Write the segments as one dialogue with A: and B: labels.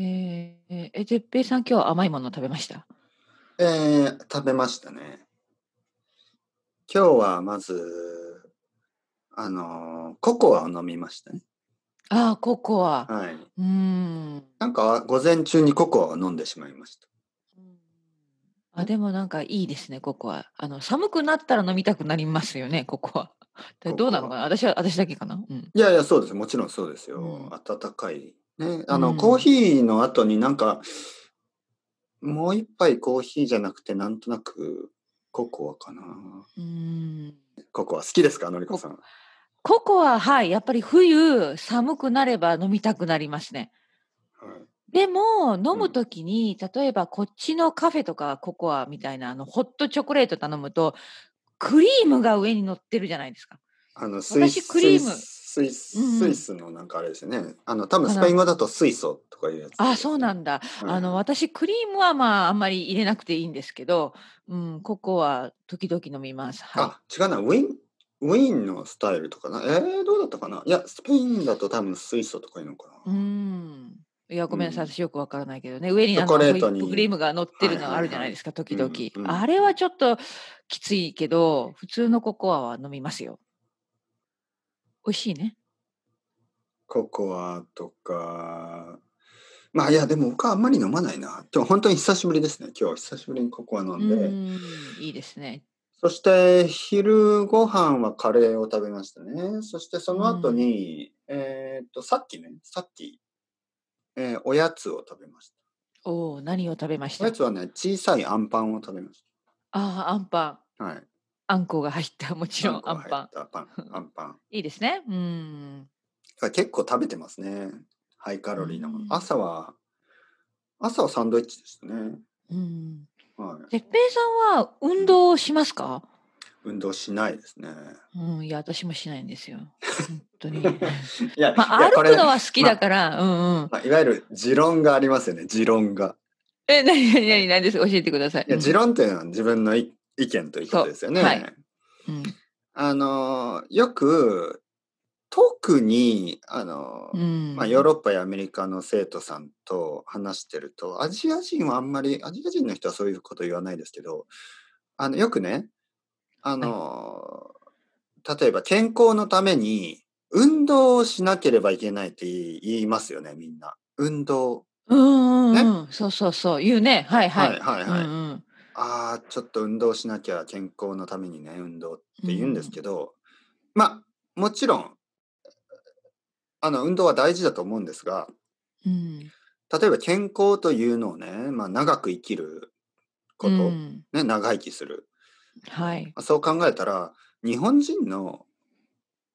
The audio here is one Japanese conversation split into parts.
A: ええ、え、哲平さん、今日甘いもの食べました？
B: ええ、食べましたね。今日はまず、あの、ココアを飲みましたね。
A: ああ、ココア。
B: はい。
A: うーん。
B: なんか、午前中にココアを飲んでしまいました。
A: うん。あ、でもなんかいいですね、ココア。あの、寒くなったら飲みたくなりますよね、ココア。で、
B: コ
A: どうな
B: コ
A: のか
B: ア。
A: な、あたしはあたしだけかな？うん。
B: いやいや、そうです。もちろんそうです
A: う
B: よ。
A: ん。
B: 温かい。ね、
A: う
B: あの、コー
A: ん。
B: ヒーの後になんかもう1杯コーヒーじゃなくて、なんとなくココアかな。
A: うーん。
B: ココア好きですか？のりこ
A: こ
B: さん。
A: ココア、はい、やっぱり冬、寒くなれば飲みたくなりますね。
B: はい。
A: でも、飲
B: う
A: む
B: ん。
A: 時に、例えばこっちのカフェとかココアみたいな、あの、ホットチョコレート頼むと、クリームが上に乗ってるじゃないですか。
B: あの、スイ
A: 私ク
B: ス
A: リ
B: イ
A: ーム
B: ススイ
A: う
B: ス
A: ん
B: ス
A: う
B: イ
A: ん。
B: スのなんかあれですよね。あの、多分
A: か
B: スペイン
A: な。
B: 語だと水素とかいうやつ
A: あ、
B: で
A: そう
B: すね。
A: なんだ。
B: はい
A: あの、
B: はい。
A: 私クリームは、まあ、あんまり入れなくていいんですけど、うん、ココア時々飲みます。はい。
B: あ、違うな、ウィンウィーンのスタイルとかな。ええ、どうだったかな。いや、スペインだと多分水素とかいうのかな。
A: うーん。いや、
B: う
A: ごめんなさい、
B: ん。
A: 私よくわからないけどね、上に
B: チョ
A: あ
B: コ
A: の
B: レー
A: ホイッ
B: ト
A: プクリー
B: に
A: ムが乗って
B: は
A: る
B: い
A: の
B: は
A: あ
B: い
A: るじゃ
B: は
A: ないで
B: い。
A: すか、時
B: う
A: 々。
B: んう
A: あ
B: ん。
A: れはちょっときついけど、普通のココアは飲みますよ。美味しいね。
B: ココアとか、まあ、いや、でも僕はあんまり飲まないな。でもほんとに久しぶりですね。今日は久しぶりにココア飲
A: うん
B: で。
A: ーん、いいですね。
B: そして昼ご飯はカレーを食べましたね。そしてそうの後
A: ん。
B: に、えっと、さっきね、さっき、ええ、おやつを食べました。
A: おお、何を食べまし
B: おや
A: た？
B: つはね、小さいあんパンを食べまし
A: ああ、あんパン。
B: た。はい。
A: あんこが入った、もち
B: あ
A: ろ
B: ん
A: ん
B: こ
A: あ
B: が
A: ん
B: 入っ
A: パン。
B: たパンあんパン。
A: いいですね。うーん。
B: あ、結構食べてますね。ハイカ
A: うー
B: ロリーなもの。
A: ん。
B: 朝は朝はサンドイッチでしたね。
A: うーん。
B: はい。
A: 哲平さんは
B: う
A: 運
B: ん。
A: 動しますか？
B: 運動しないです ね。
A: うん、いや、私もしないんですよ。ほんと に。
B: いや、
A: ま、
B: いや、
A: 歩
B: こ
A: く
B: れ、
A: のは好きだ
B: ま
A: から、うんうん。
B: ま、いわゆる持論がありますよね、持論が。
A: え、なになに
B: は。
A: ないに、なんです？教えてください。
B: いうや、持
A: ん。
B: 論というのは自分のい意見というこ
A: そ
B: とで
A: う、
B: すよ
A: はい。
B: ね。
A: うん。
B: あの、よく、特に、あ
A: う
B: の、ま、ヨー
A: ん。
B: ロッパやアメリカの生徒さんと話してると、アジア人はあんまりアジア人の人はそういうこと言わないですけど、あの、よくね、あ
A: はい。
B: の、例えば健康のために運動をしなければいけないってい言いますよね、みんな。運動。
A: うんう
B: ね。
A: んうん。そうそうそう、言うね。はいは。
B: はいいはいうはい。
A: んうん。
B: ああ、ちょっと運動しなきゃ健康のためにね、運動っ
A: う
B: て言うんです
A: ん。
B: けど、ま、もちろんあの、運動は大事だと思うんですが
A: うん。
B: 例えば健康というのをね、ま、長く生きる
A: う
B: こと、
A: ん。
B: ね、長生きする。
A: はい。
B: ま、そう考えたら、日本人の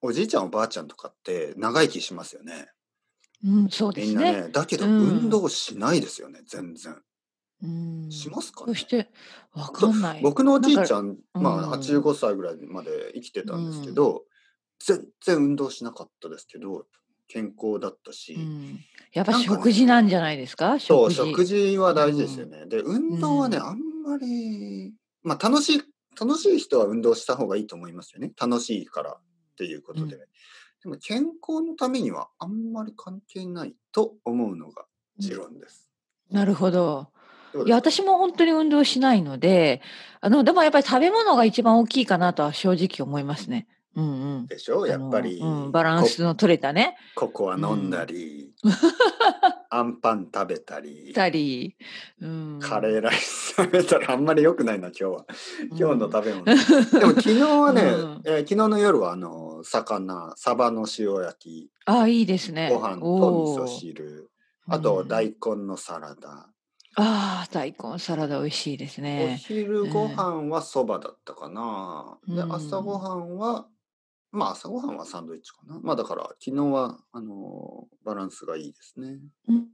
B: おじいちゃんおばあちゃんとかって長生きしますよね。
A: うん、そうで
B: みん
A: す
B: な
A: ね。
B: ね、だけ
A: う
B: ど運
A: ん。
B: 動しないですよね、全然。
A: うー
B: し
A: ん、
B: ます
A: そ
B: かね？
A: して、わ
B: そ
A: か
B: う、
A: んない。
B: 僕のお
A: なん
B: じい
A: か
B: ちゃん、
A: う
B: まあ、はちじゅう
A: ん。
B: ごさいぐらいまで生きて
A: う
B: たんですけ
A: ん。
B: ど、全然運動しなかったですけど、健康だった
A: う
B: し、
A: ん。やっぱ
B: なんか
A: 食
B: ね
A: 事なんじゃないですか？
B: そう、
A: 食
B: 食
A: 事。
B: 事は
A: う
B: 大事ですよ
A: ん。
B: ね。で、
A: う
B: 運動はね、
A: ん。
B: あんまり、ま、楽しい楽しい人は運動した方がいいと思いますよね。楽しいからっていうこ
A: う
B: とで。
A: ん。
B: でも健康のためにはあんまり関係ないと思うのが
A: う
B: 持
A: ん。
B: 論です。
A: なるほど。
B: どう
A: い
B: で
A: や、
B: すか？
A: 私もほんとに運動しないので、あの、でもやっぱり食べ物が一番大きいかなとは正直思いますね。うんうん。
B: でしょ、
A: あ
B: やっぱ
A: の、うん、
B: り、
A: バラン
B: こ
A: スの取れたね。
B: ココア
A: う
B: 飲んだ
A: ん。
B: りあんパン食べたり
A: たり、う
B: カレー
A: ん。
B: ライス食べたらあんまり良くないな、今日は。
A: う
B: 今日の
A: ん。
B: 食べ物。でも昨日は
A: う
B: ね、
A: ん。
B: ええ、昨日の夜はあの、魚、サバの塩焼き
A: ああ、いいです
B: ご
A: ね。
B: 飯と味噌
A: おお。
B: 汁、
A: う
B: あと大
A: ん。
B: 根のサラダ。
A: ああ、大根サラダ美味しいです
B: お
A: ね。
B: 昼
A: う
B: ご
A: ん。
B: 飯はそばだったかな。
A: う
B: で、朝ご
A: ん。
B: はんは、ま、朝ごはんはサンドイッチかな。ま、だから昨日はあの、バランスがいいですね。
A: うん。